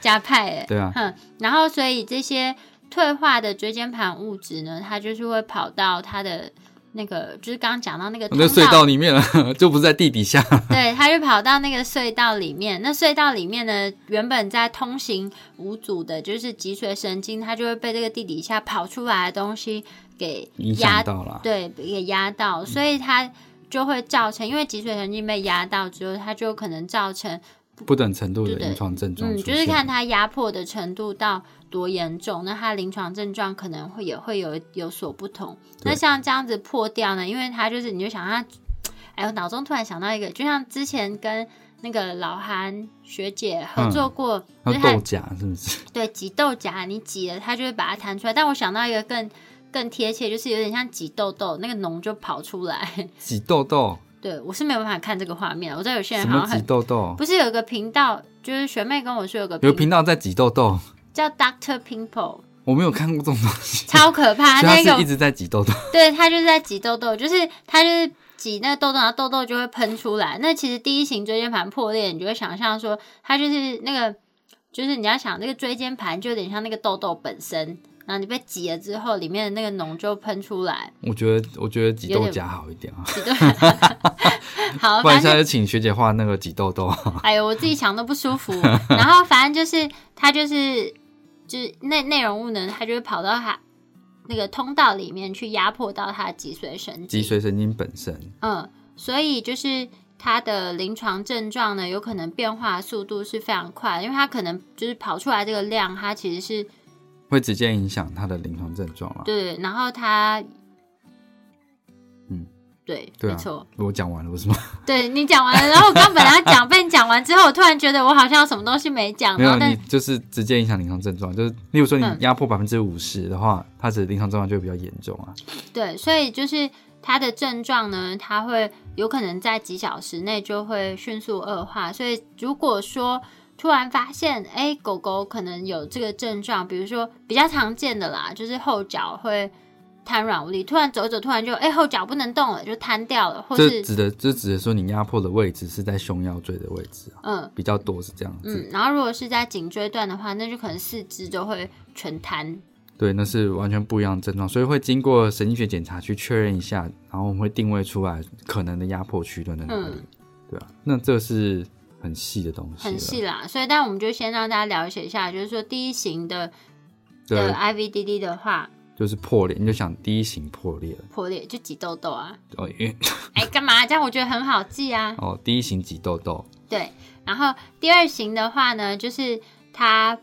[SPEAKER 1] 加派欸
[SPEAKER 2] 对 啊，
[SPEAKER 1] 哼，然后所以这些退化的椎间盘物质呢，它就是会跑到它的那个，就是刚刚讲到那个
[SPEAKER 2] 我
[SPEAKER 1] 通
[SPEAKER 2] 在隧道里面了， 就不是在地底下，
[SPEAKER 1] 对，它就跑到那个隧道里面。那隧道里面呢，原本在通行无阻的，就是脊髓神经，它就会被这个地底下跑出来的东西给
[SPEAKER 2] 影
[SPEAKER 1] 压
[SPEAKER 2] 响到了，
[SPEAKER 1] 对，给压到，所以它就会造成，因为脊髓神经被压到之后，它就可能造成，
[SPEAKER 2] 不等程度的
[SPEAKER 1] 对对
[SPEAKER 2] 临床症状
[SPEAKER 1] 嗯，
[SPEAKER 2] 出
[SPEAKER 1] 就是
[SPEAKER 2] 现，
[SPEAKER 1] 看它压迫的程度到多严重，那它临床症状可能会也会有有所不同。那
[SPEAKER 2] 对
[SPEAKER 1] 像这样子破掉呢，因为它就是你就想它，哎，我脑中突然想到一个，就像之前跟那个老韩学姐合作过，
[SPEAKER 2] 还
[SPEAKER 1] 就是
[SPEAKER 2] 有
[SPEAKER 1] 她
[SPEAKER 2] 嗯豆荚是不是？
[SPEAKER 1] 对挤豆荚，啊你挤了它就会把它弹出来。但我想到一个更更贴切，就是有点像挤痘痘，那个脓就跑出来。
[SPEAKER 2] 挤痘痘，
[SPEAKER 1] 对我是没有办法看这个画面，啊我知道有些
[SPEAKER 2] 什
[SPEAKER 1] 人好
[SPEAKER 2] 么
[SPEAKER 1] 像
[SPEAKER 2] 挤
[SPEAKER 1] 很
[SPEAKER 2] 痘痘？
[SPEAKER 1] 不是有一个频道，就是学妹跟我说有个
[SPEAKER 2] 有
[SPEAKER 1] 频
[SPEAKER 2] 频道在挤痘痘，
[SPEAKER 1] 叫 Doctor Pimple，
[SPEAKER 2] 我没有看过这种东西，
[SPEAKER 1] 超可怕，
[SPEAKER 2] 所
[SPEAKER 1] 那
[SPEAKER 2] 以他是一
[SPEAKER 1] 个
[SPEAKER 2] 直在挤痘痘，
[SPEAKER 1] 对他就是在挤痘痘，就是他就是。挤那个痘痘，然后痘痘就会喷出来。那其实第一型椎间盘破裂，你就会想象说，它就是那个，就是你要想那个椎间盘就有点像那个痘痘本身，然后你被挤了之后，里面的那个脓就喷出来。
[SPEAKER 2] 我觉得我觉得挤豆荚好一点啊，
[SPEAKER 1] 挤痘 好，
[SPEAKER 2] 不
[SPEAKER 1] 反
[SPEAKER 2] 然现
[SPEAKER 1] 正
[SPEAKER 2] 在就请学姐画那个挤痘啊痘，
[SPEAKER 1] 哎呦，我自己想都不舒服。 然后反正就是它就是就是内内容物呢，它就会跑到它那个通道里面去压迫到它的脊髓神经。
[SPEAKER 2] 脊髓神经本身，
[SPEAKER 1] 嗯，所以就是它的临床症状呢，有可能变化的速度是非常快，因为它可能就是跑出来这个量，它其实是
[SPEAKER 2] 会直接影响他的临床症状啊了。
[SPEAKER 1] 对，然后它。
[SPEAKER 2] 嗯，
[SPEAKER 1] 对，
[SPEAKER 2] 对啊
[SPEAKER 1] 没错，
[SPEAKER 2] 我讲完了，不是吗？
[SPEAKER 1] 对你讲完了，然后我刚本来要讲，被你讲完之后，我突然觉得我好像有什么东西没讲，
[SPEAKER 2] 没
[SPEAKER 1] 然
[SPEAKER 2] 有，
[SPEAKER 1] 后但
[SPEAKER 2] 你就是直接影响临床症状，就是例如说你
[SPEAKER 1] 嗯
[SPEAKER 2] 压迫百分之五十的话，他的临床症状就会比较严重啊。
[SPEAKER 1] 对，所以就是它的症状呢，它会有可能在几小时内就会迅速恶化。所以如果说突然发现，哎，狗狗可能有这个症状，比如说比较常见的啦，就是后脚会瘫软无力，突然走一走，突然就哎后脚不能动了，就瘫掉了，或
[SPEAKER 2] 这
[SPEAKER 1] 是
[SPEAKER 2] 指的这指的说你压迫的位置是在胸腰椎的位置啊，
[SPEAKER 1] 嗯
[SPEAKER 2] 比较多是这样子。
[SPEAKER 1] 嗯，然后如果是在颈椎段的话，那就可能四肢就会全瘫。
[SPEAKER 2] 对，那是完全不一样的症状，所以会经过神经学检查去确认一下，然后我们会定位出来可能的压迫区段在哪里。
[SPEAKER 1] 嗯
[SPEAKER 2] 对啊，那这是很细的东西了，
[SPEAKER 1] 很细啦，所以但我们就先让大家了解一下，就是说第一型的的啊
[SPEAKER 2] 对，啊
[SPEAKER 1] IVDD 的话，
[SPEAKER 2] 就是破裂，你就想第一型破裂了
[SPEAKER 1] 破裂就挤痘痘啊，
[SPEAKER 2] 哦，因为。
[SPEAKER 1] 哎，干嘛？这样我觉得很好记啊
[SPEAKER 2] 哦第一型挤痘痘，
[SPEAKER 1] 对，然后第二型的话呢，就是它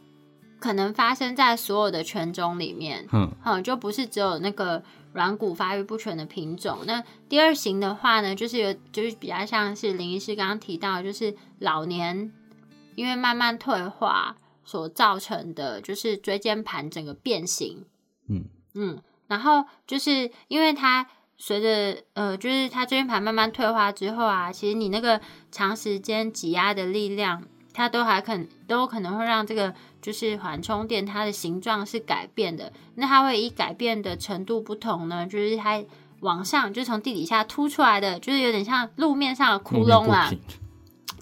[SPEAKER 1] 可能发生在所有的犬种里面，
[SPEAKER 2] 哼，
[SPEAKER 1] 嗯，就不是只有那个软骨发育不全的品种。那第二型的话呢，就是有就是比较像是林医师刚刚提到，就是老年因为慢慢退化所造成的，就是椎间盘整个变形。
[SPEAKER 2] 嗯
[SPEAKER 1] 嗯，然后就是因为它随着呃，就是它椎间盘慢慢退化之后啊，其实你那个长时间挤压的力量，它都还肯都可能会让这个就是缓冲垫它的形状是改变的。那它会以改变的程度不同呢，就是它往上，就是从地底下凸出来的，就是有点像路面上的窟窿啊啦
[SPEAKER 2] 不。平，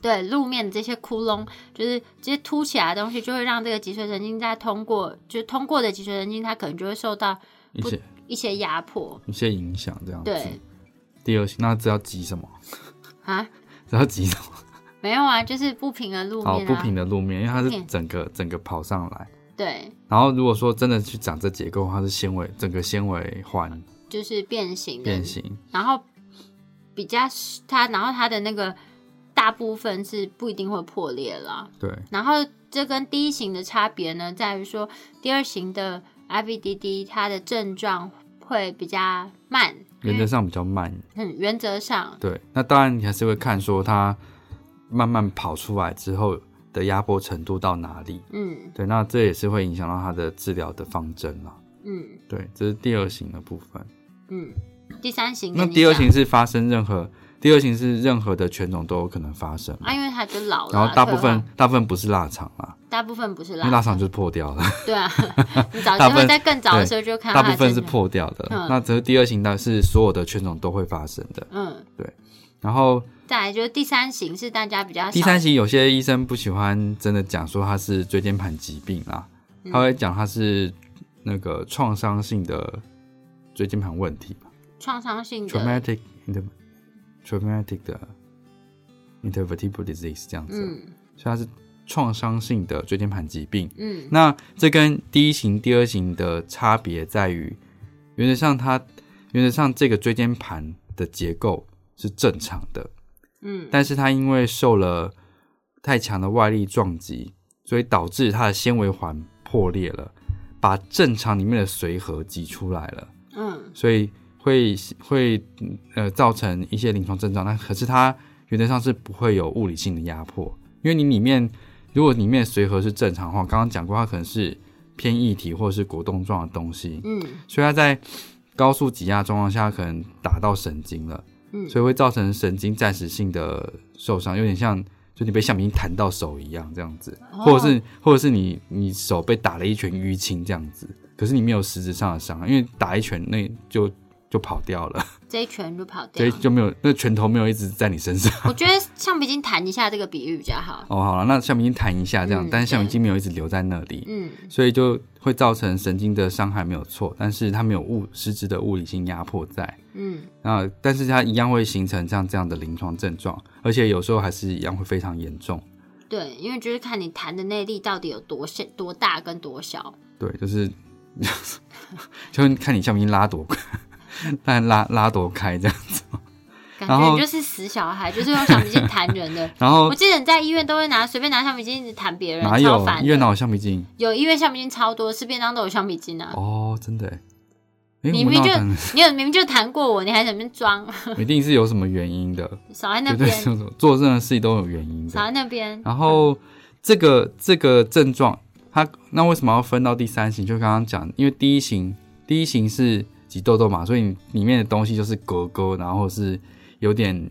[SPEAKER 1] 对路面的这些窟窿，就是这些凸起来的东西，就会让这个脊髓神经在通过，就是通过的脊髓神经，它可能就会受到
[SPEAKER 2] 一些
[SPEAKER 1] 一些压迫。
[SPEAKER 2] 一些影响这样子。
[SPEAKER 1] 对
[SPEAKER 2] 第二型，那只要挤什么？
[SPEAKER 1] 啊，
[SPEAKER 2] 只要挤什么？
[SPEAKER 1] 没有啊，就是不平的路
[SPEAKER 2] 哦，
[SPEAKER 1] 面
[SPEAKER 2] 不
[SPEAKER 1] 啊，
[SPEAKER 2] 平的路面，因为它
[SPEAKER 1] 不
[SPEAKER 2] 是
[SPEAKER 1] 平
[SPEAKER 2] 整个整个跑上来。
[SPEAKER 1] 对，
[SPEAKER 2] 然后如果说真的去长这结构，它是纤维，整个纤维环
[SPEAKER 1] 就是变形的
[SPEAKER 2] 变形，
[SPEAKER 1] 然后比较是它，然后它的那个大部分是不一定会破裂啦。
[SPEAKER 2] 对，
[SPEAKER 1] 然后这跟第一型的差别呢，在于说第二型的 IVDD 它的症状会比较慢，
[SPEAKER 2] 原则上比较慢。
[SPEAKER 1] 嗯，原则上
[SPEAKER 2] 对，那当然你还是会看说它慢慢跑出来之后的压迫程度到哪里。
[SPEAKER 1] 嗯
[SPEAKER 2] 对，那这也是会影响到它的治疗的方针啦。
[SPEAKER 1] 嗯
[SPEAKER 2] 对，这是第二型的部分。
[SPEAKER 1] 嗯。第三型
[SPEAKER 2] 那
[SPEAKER 1] 跟你
[SPEAKER 2] 第二
[SPEAKER 1] 讲
[SPEAKER 2] 型是发生任何，第二型是任何的犬种都有可能发生嘛。
[SPEAKER 1] 啊，因为他就老了啊，
[SPEAKER 2] 然后大
[SPEAKER 1] 退
[SPEAKER 2] 部
[SPEAKER 1] 化
[SPEAKER 2] 分大部分不是腊肠啦，
[SPEAKER 1] 大部分不是
[SPEAKER 2] 因
[SPEAKER 1] 老
[SPEAKER 2] 为腊肠就是破掉了，
[SPEAKER 1] 对 啊，你早
[SPEAKER 2] 大
[SPEAKER 1] 就
[SPEAKER 2] 部
[SPEAKER 1] 会
[SPEAKER 2] 分
[SPEAKER 1] 在更早的
[SPEAKER 2] 对
[SPEAKER 1] 时候就看到
[SPEAKER 2] 大
[SPEAKER 1] 它
[SPEAKER 2] 部
[SPEAKER 1] 的
[SPEAKER 2] 分
[SPEAKER 1] 真
[SPEAKER 2] 是
[SPEAKER 1] 人，
[SPEAKER 2] 破掉的。
[SPEAKER 1] 嗯
[SPEAKER 2] 那这个第二型呢是所有的犬种都会发生的。
[SPEAKER 1] 嗯，
[SPEAKER 2] 然后
[SPEAKER 1] 再来就是第三型是大家比较
[SPEAKER 2] 第
[SPEAKER 1] 少
[SPEAKER 2] 三型有些医生不喜欢真的讲说它是椎间盘疾病啦，他会讲它是那个创伤性的椎间盘问题
[SPEAKER 1] 创伤性的，
[SPEAKER 2] ，traumatic inter traumatic 的 intervertebral disease 这样子，啊
[SPEAKER 1] 嗯
[SPEAKER 2] 所以它是创伤性的椎间盘疾病。
[SPEAKER 1] 嗯
[SPEAKER 2] 那这跟第一型、第二型的差别在于，原则上它原则上这个椎间盘的结构是正常的，
[SPEAKER 1] 嗯
[SPEAKER 2] 但是它因为受了太强的外力撞击，所以导致它的纤维环破裂了，把正常里面的髓核挤出来了，
[SPEAKER 1] 嗯
[SPEAKER 2] 所以会会嗯呃造成一些临床症状。那可是它原则上是不会有物理性的压迫，因为你里面如果里面的髓核是正常的话，刚刚讲过它可能是偏液体或者是果冻状的东西，
[SPEAKER 1] 嗯
[SPEAKER 2] 所以它在高速挤压状况下可能打到神经了，
[SPEAKER 1] 嗯
[SPEAKER 2] 所以会造成神经暂时性的受伤，有点像就你被橡皮筋弹到手一样这样子，
[SPEAKER 1] 哦
[SPEAKER 2] 或者是或者是你你手被打了一拳淤青这样子，可是你没有实质上的伤，因为打一拳那就就跑掉了，
[SPEAKER 1] 这一拳就跑掉
[SPEAKER 2] 所以
[SPEAKER 1] 了。
[SPEAKER 2] 就没有那拳头没有一直在你身上。
[SPEAKER 1] 我觉得橡皮筋弹一下这个比喻比较好。
[SPEAKER 2] 哦，好了，那橡皮筋弹一下这样，
[SPEAKER 1] 嗯
[SPEAKER 2] 但是橡皮
[SPEAKER 1] 对
[SPEAKER 2] 筋没有一直留在那里，
[SPEAKER 1] 嗯
[SPEAKER 2] 所以就会造成神经的伤害没有错，但是它没有物实质的物理性压迫在。
[SPEAKER 1] 嗯
[SPEAKER 2] 那但是它一样会形成像这样的临床症状，而且有时候还是一样会非常严重。
[SPEAKER 1] 对，因为就是看你弹的内力到底有多小、多大跟多小。
[SPEAKER 2] 对，就是 就是看你橡皮筋拉多，但拉拉多开这样。
[SPEAKER 1] 感
[SPEAKER 2] 然
[SPEAKER 1] 觉
[SPEAKER 2] 后。
[SPEAKER 1] 你就是死小孩，就是用橡皮筋弹人的
[SPEAKER 2] 然后
[SPEAKER 1] 我记得你在医院都会拿随便拿橡皮筋一直弹别人，
[SPEAKER 2] 哪
[SPEAKER 1] 超
[SPEAKER 2] 有
[SPEAKER 1] 烦的。
[SPEAKER 2] 医院哪有橡皮筋？
[SPEAKER 1] 有医院橡皮筋超多，吃便当都有橡皮筋啊。
[SPEAKER 2] 哦，真的耶。哎，
[SPEAKER 1] 你明
[SPEAKER 2] 我
[SPEAKER 1] 明
[SPEAKER 2] 那
[SPEAKER 1] 就
[SPEAKER 2] 可能
[SPEAKER 1] 你有明明就弹过我，你还在那边装，
[SPEAKER 2] 一定是有什么原因的，
[SPEAKER 1] 少在那
[SPEAKER 2] 绝对
[SPEAKER 1] 边，
[SPEAKER 2] 是有什么做任何事情都有原因
[SPEAKER 1] 少在
[SPEAKER 2] 的。
[SPEAKER 1] 那边。
[SPEAKER 2] 然后这个这个症状，它那为什么要分到第三型？就刚刚讲，因为第一型第一型是挤痘痘嘛，所以你里面的东西就是狗狗，然后是有点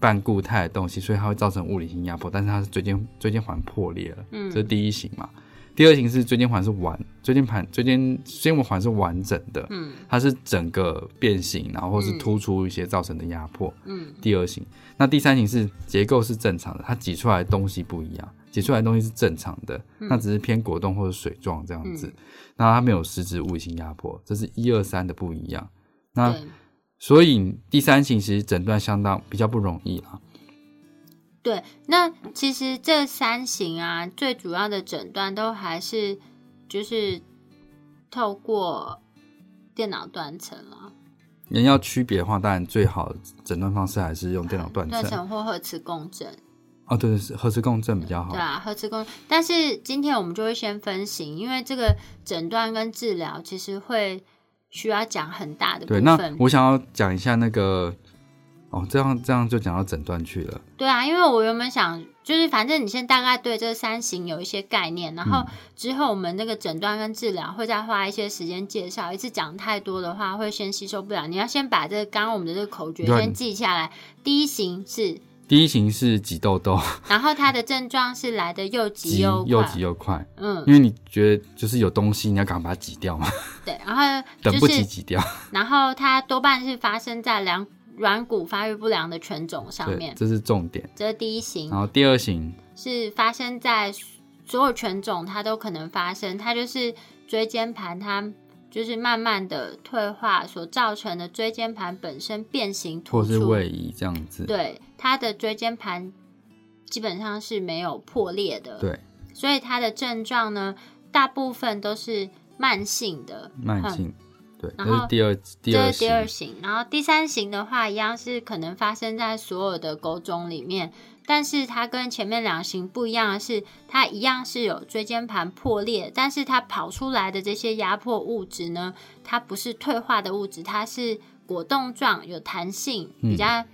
[SPEAKER 2] 半固态的东西，所以它会造成物理性压迫，但是它是椎间椎间环破裂了，
[SPEAKER 1] 嗯
[SPEAKER 2] 这是第一型嘛。第二型是椎间环是完，椎间盘椎间椎间环是完整的，
[SPEAKER 1] 嗯
[SPEAKER 2] 它是整个变形，然后或是
[SPEAKER 1] 嗯
[SPEAKER 2] 突出一些造成的压迫。
[SPEAKER 1] 嗯
[SPEAKER 2] 第二型，那第三型是结构是正常的，它挤出来的东西不一样，挤出来的东西是正常的，那只是偏果冻或者水状这样子，
[SPEAKER 1] 嗯
[SPEAKER 2] 那它没有实质物理性压迫，这是一二三的不一样。那
[SPEAKER 1] 对
[SPEAKER 2] 所以第三型其实诊断相当比较不容易啦，
[SPEAKER 1] 对，那其实这三型啊，最主要的诊断都还是就是透过电脑断层了，
[SPEAKER 2] 人要区别的话，当然最好的诊断方式还是用电脑断
[SPEAKER 1] 断
[SPEAKER 2] 层。
[SPEAKER 1] 层或核磁共振。
[SPEAKER 2] 哦，对对，是核磁共振比较好
[SPEAKER 1] 对。啊，核磁共。但是今天我们就会先分型，因为这个诊断跟治疗其实会需要讲很大的部
[SPEAKER 2] 对，那
[SPEAKER 1] 分。
[SPEAKER 2] 我想要讲一下那个，哦，这样这样就讲到诊断去了。
[SPEAKER 1] 对啊，因为我原本想，就是反正你现在大概对这三型有一些概念，然
[SPEAKER 2] 嗯
[SPEAKER 1] 后之后我们那个诊断跟治疗会再花一些时间介绍。一次讲太多的话，会先吸收不了。你要先把这个刚刚我们的这个口诀
[SPEAKER 2] 对啊
[SPEAKER 1] 先记下来。第一型是，
[SPEAKER 2] 第一型是挤痘痘，
[SPEAKER 1] 然后它的症状是来的又急
[SPEAKER 2] 挤
[SPEAKER 1] 又
[SPEAKER 2] 又
[SPEAKER 1] 快，
[SPEAKER 2] 挤又快，
[SPEAKER 1] 嗯，
[SPEAKER 2] 因为你觉得就是有东西，你要赶快把它挤掉嘛，
[SPEAKER 1] 对，然后
[SPEAKER 2] 等不
[SPEAKER 1] 就
[SPEAKER 2] 及
[SPEAKER 1] 是，
[SPEAKER 2] 挤掉。
[SPEAKER 1] 然后它多半是发生在两软骨发育不良的犬种上
[SPEAKER 2] 对，
[SPEAKER 1] 面，
[SPEAKER 2] 这是重点。
[SPEAKER 1] 这是第一型
[SPEAKER 2] 然。后第二型，
[SPEAKER 1] 是发生在所有犬种，它都可能发生。它就是椎间盘，它就是慢慢的退化所造成的椎间盘本身变形突
[SPEAKER 2] 或是
[SPEAKER 1] 出。
[SPEAKER 2] 位移这样子。
[SPEAKER 1] 对，它的椎间盘基本上是没有破裂的。
[SPEAKER 2] 对，
[SPEAKER 1] 所以它的症状呢，大部分都是慢性的。
[SPEAKER 2] 慢性，对，
[SPEAKER 1] 嗯然
[SPEAKER 2] 这
[SPEAKER 1] 后
[SPEAKER 2] 是第二第
[SPEAKER 1] 这
[SPEAKER 2] 二
[SPEAKER 1] 是第二
[SPEAKER 2] 型。
[SPEAKER 1] 型，然后第三型的话，一样是可能发生在所有的狗种里面，但是它跟前面两型不一样的是，它一样是有椎间盘破裂，但是它跑出来的这些压迫物质呢，它不是退化的物质，它是
[SPEAKER 2] 嗯
[SPEAKER 1] 果冻状、有弹性、比较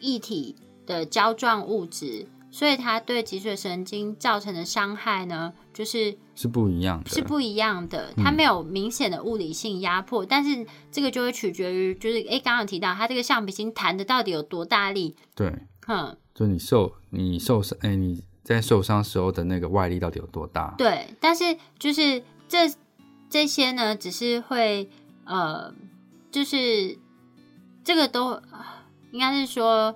[SPEAKER 1] 液体的胶状物质，所以它对脊髓神经造成的伤害呢，就是
[SPEAKER 2] 是不一样的，
[SPEAKER 1] 是不一样的，它没有明显的物理性压迫，但是这个就会取决于，就是诶，刚刚有提到它这个橡皮筋弹的到底有多大力，
[SPEAKER 2] 对，
[SPEAKER 1] 哼，
[SPEAKER 2] 就你受你受伤，哎、你在受伤时候的那个外力到底有多大？
[SPEAKER 1] 对，但是就是这这些呢，只是会呃，就是这个都啊应该是说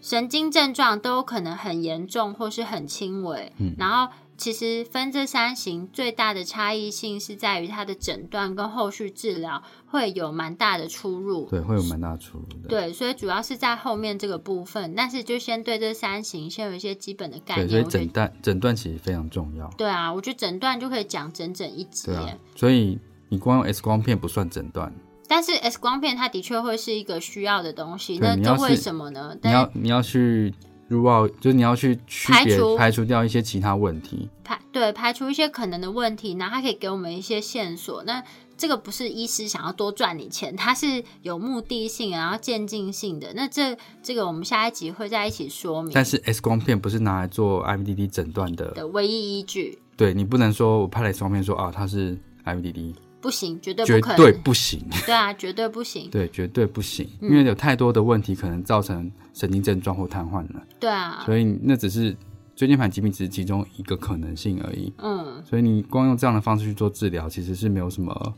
[SPEAKER 1] 神经症状都有可能很严重或是很轻微，
[SPEAKER 2] 嗯
[SPEAKER 1] 然后。其实分这三型最大的差异性是在于它的诊断跟后续治疗会有蛮大的出入。
[SPEAKER 2] 对，会有蛮大出入的。
[SPEAKER 1] 对，所以主要是在后面这个部分，但是就先对这三型先有一些基本的概
[SPEAKER 2] 对，所
[SPEAKER 1] 念。
[SPEAKER 2] 以
[SPEAKER 1] 我觉
[SPEAKER 2] 诊
[SPEAKER 1] 得
[SPEAKER 2] 断诊断其实非常重要。
[SPEAKER 1] 对啊，我觉得诊断就可以讲整整一集
[SPEAKER 2] 对
[SPEAKER 1] 耶。
[SPEAKER 2] 啊，所以你光用 X 光片不算诊断，
[SPEAKER 1] 但是 X 光片它的确会是一个需要的东西，
[SPEAKER 2] 对
[SPEAKER 1] 那
[SPEAKER 2] 你
[SPEAKER 1] 这
[SPEAKER 2] 要
[SPEAKER 1] 为
[SPEAKER 2] 是
[SPEAKER 1] 什么呢？
[SPEAKER 2] 你
[SPEAKER 1] 但
[SPEAKER 2] 要
[SPEAKER 1] 是
[SPEAKER 2] 你要去 rule out，就是你要去区
[SPEAKER 1] 排
[SPEAKER 2] 别
[SPEAKER 1] 除
[SPEAKER 2] 排除掉一些其他问题。
[SPEAKER 1] 排对排除一些可能的问题，然后它可以给我们一些线索。那这个不是医师想要多赚你钱，它是有目的性，然后渐进性的。那这这个我们下一集会在一起说明
[SPEAKER 2] 但是 X 光片不是拿来做 IBDD 诊断的，
[SPEAKER 1] 的唯一依据，
[SPEAKER 2] 对你不能说我拍了 X 光片说啊它是 IBDD，
[SPEAKER 1] 不行，绝对
[SPEAKER 2] 绝
[SPEAKER 1] 不可能，
[SPEAKER 2] 对不行，
[SPEAKER 1] 对啊，绝对不行，
[SPEAKER 2] 对，绝对不行，
[SPEAKER 1] 嗯
[SPEAKER 2] 因为有太多的问题可能造成神经症状或瘫痪了，
[SPEAKER 1] 对啊，
[SPEAKER 2] 所以那只是椎间盘疾病只是其中一个可能性而已。
[SPEAKER 1] 嗯。
[SPEAKER 2] 所以你光用这样的方式去做治疗，其实是没有什么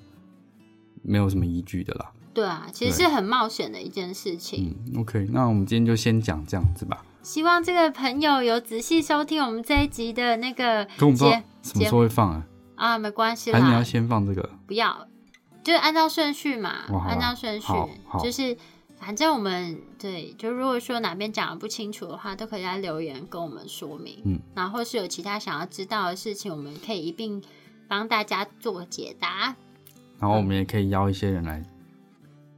[SPEAKER 2] 没有什么依据的啦。
[SPEAKER 1] 对啊，其实
[SPEAKER 2] 对
[SPEAKER 1] 是很冒险的一件事情。
[SPEAKER 2] 嗯，OK，那我们今天就先讲这样子吧。
[SPEAKER 1] 希望这个朋友有仔细收听我们这一集的那个
[SPEAKER 2] 可我们不知道
[SPEAKER 1] 节
[SPEAKER 2] 什么时候会放啊，
[SPEAKER 1] 啊，没关系
[SPEAKER 2] 还是你要
[SPEAKER 1] 啦，
[SPEAKER 2] 先放这个？
[SPEAKER 1] 不要，就是按照顺序嘛
[SPEAKER 2] 哇，好啊
[SPEAKER 1] 按照顺序
[SPEAKER 2] 好，好
[SPEAKER 1] 就是反正我们对，就如果说哪边讲的不清楚的话，都可以在留言跟我们说明。
[SPEAKER 2] 嗯，
[SPEAKER 1] 然后或是有其他想要知道的事情，我们可以一并帮大家做解答，
[SPEAKER 2] 然后我们也可以邀一些人来，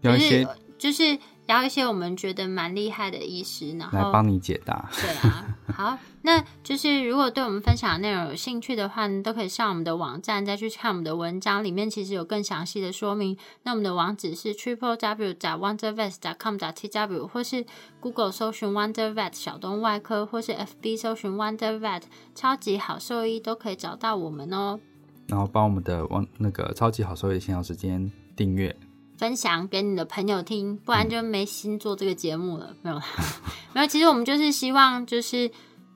[SPEAKER 2] 邀一些
[SPEAKER 1] 嗯就是就是聊一些我们觉得蛮厉害的医师，然
[SPEAKER 2] 来
[SPEAKER 1] 后
[SPEAKER 2] 帮你解答。
[SPEAKER 1] 对啊，好，那就是如果对我们分享的内容有兴趣的话，你都可以上我们的网站再去看我们的文章，里面其实有更详细的说明。那我们的网址是 triple w 打 wondervet 打 com 打 t w，或是 Google 搜寻 wondervet 小东外科，或是 FB 搜寻 wondervet 超级好兽医，都可以找到我们哦。
[SPEAKER 2] 然后帮我们的网那个超级好收益的线上时间订阅，
[SPEAKER 1] 分享给你的朋友听，
[SPEAKER 2] 嗯
[SPEAKER 1] 不然就没心做这个节目了。没有啦， 没有。其实我们就是希望，就是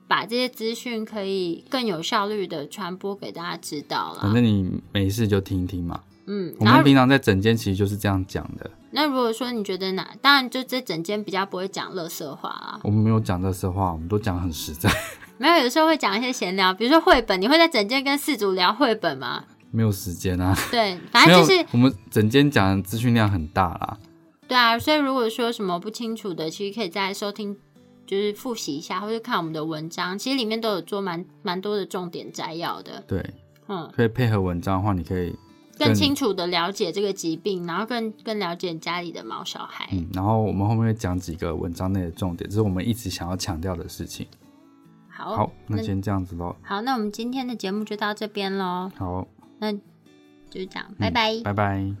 [SPEAKER 1] 把这些资讯可以更有效率的传播给大家知道
[SPEAKER 2] 反
[SPEAKER 1] 啦。
[SPEAKER 2] 正你没事就听一听嘛。
[SPEAKER 1] 嗯，
[SPEAKER 2] 我
[SPEAKER 1] 然后
[SPEAKER 2] 们平常在整间其实就是这样讲的，
[SPEAKER 1] 那如果说你觉得哪，当然就这整间比较不会讲乐色话啦，
[SPEAKER 2] 我们没有讲这些话，我们都讲得很实在，
[SPEAKER 1] 没有，有时候会讲一些闲聊，比如说绘本，你会在整间跟四组聊绘本吗？
[SPEAKER 2] 没有时间啊。
[SPEAKER 1] 对，反正就
[SPEAKER 2] 没
[SPEAKER 1] 是
[SPEAKER 2] 有我们整间讲的资讯量很大啦。
[SPEAKER 1] 对啊，所以如果说什么不清楚的，其实可以再收听，就是复习一下，或者看我们的文章，其实里面都有做蛮蛮多的重点摘要的，
[SPEAKER 2] 对，
[SPEAKER 1] 嗯，
[SPEAKER 2] 可以配合文章的话，你可以
[SPEAKER 1] 更
[SPEAKER 2] 更
[SPEAKER 1] 清楚的了解这个疾病，然后更更了解家里的毛小孩。
[SPEAKER 2] 嗯，然后我们后面会讲几个文章内的重点，这是我们一直想要强调的事情。
[SPEAKER 1] 好，
[SPEAKER 2] 好，那
[SPEAKER 1] 哦那
[SPEAKER 2] 先这样子喽。
[SPEAKER 1] 好，那我们今天的节目就到这边喽，
[SPEAKER 2] 好，嗯
[SPEAKER 1] 那就这样，拜拜。
[SPEAKER 2] 拜拜。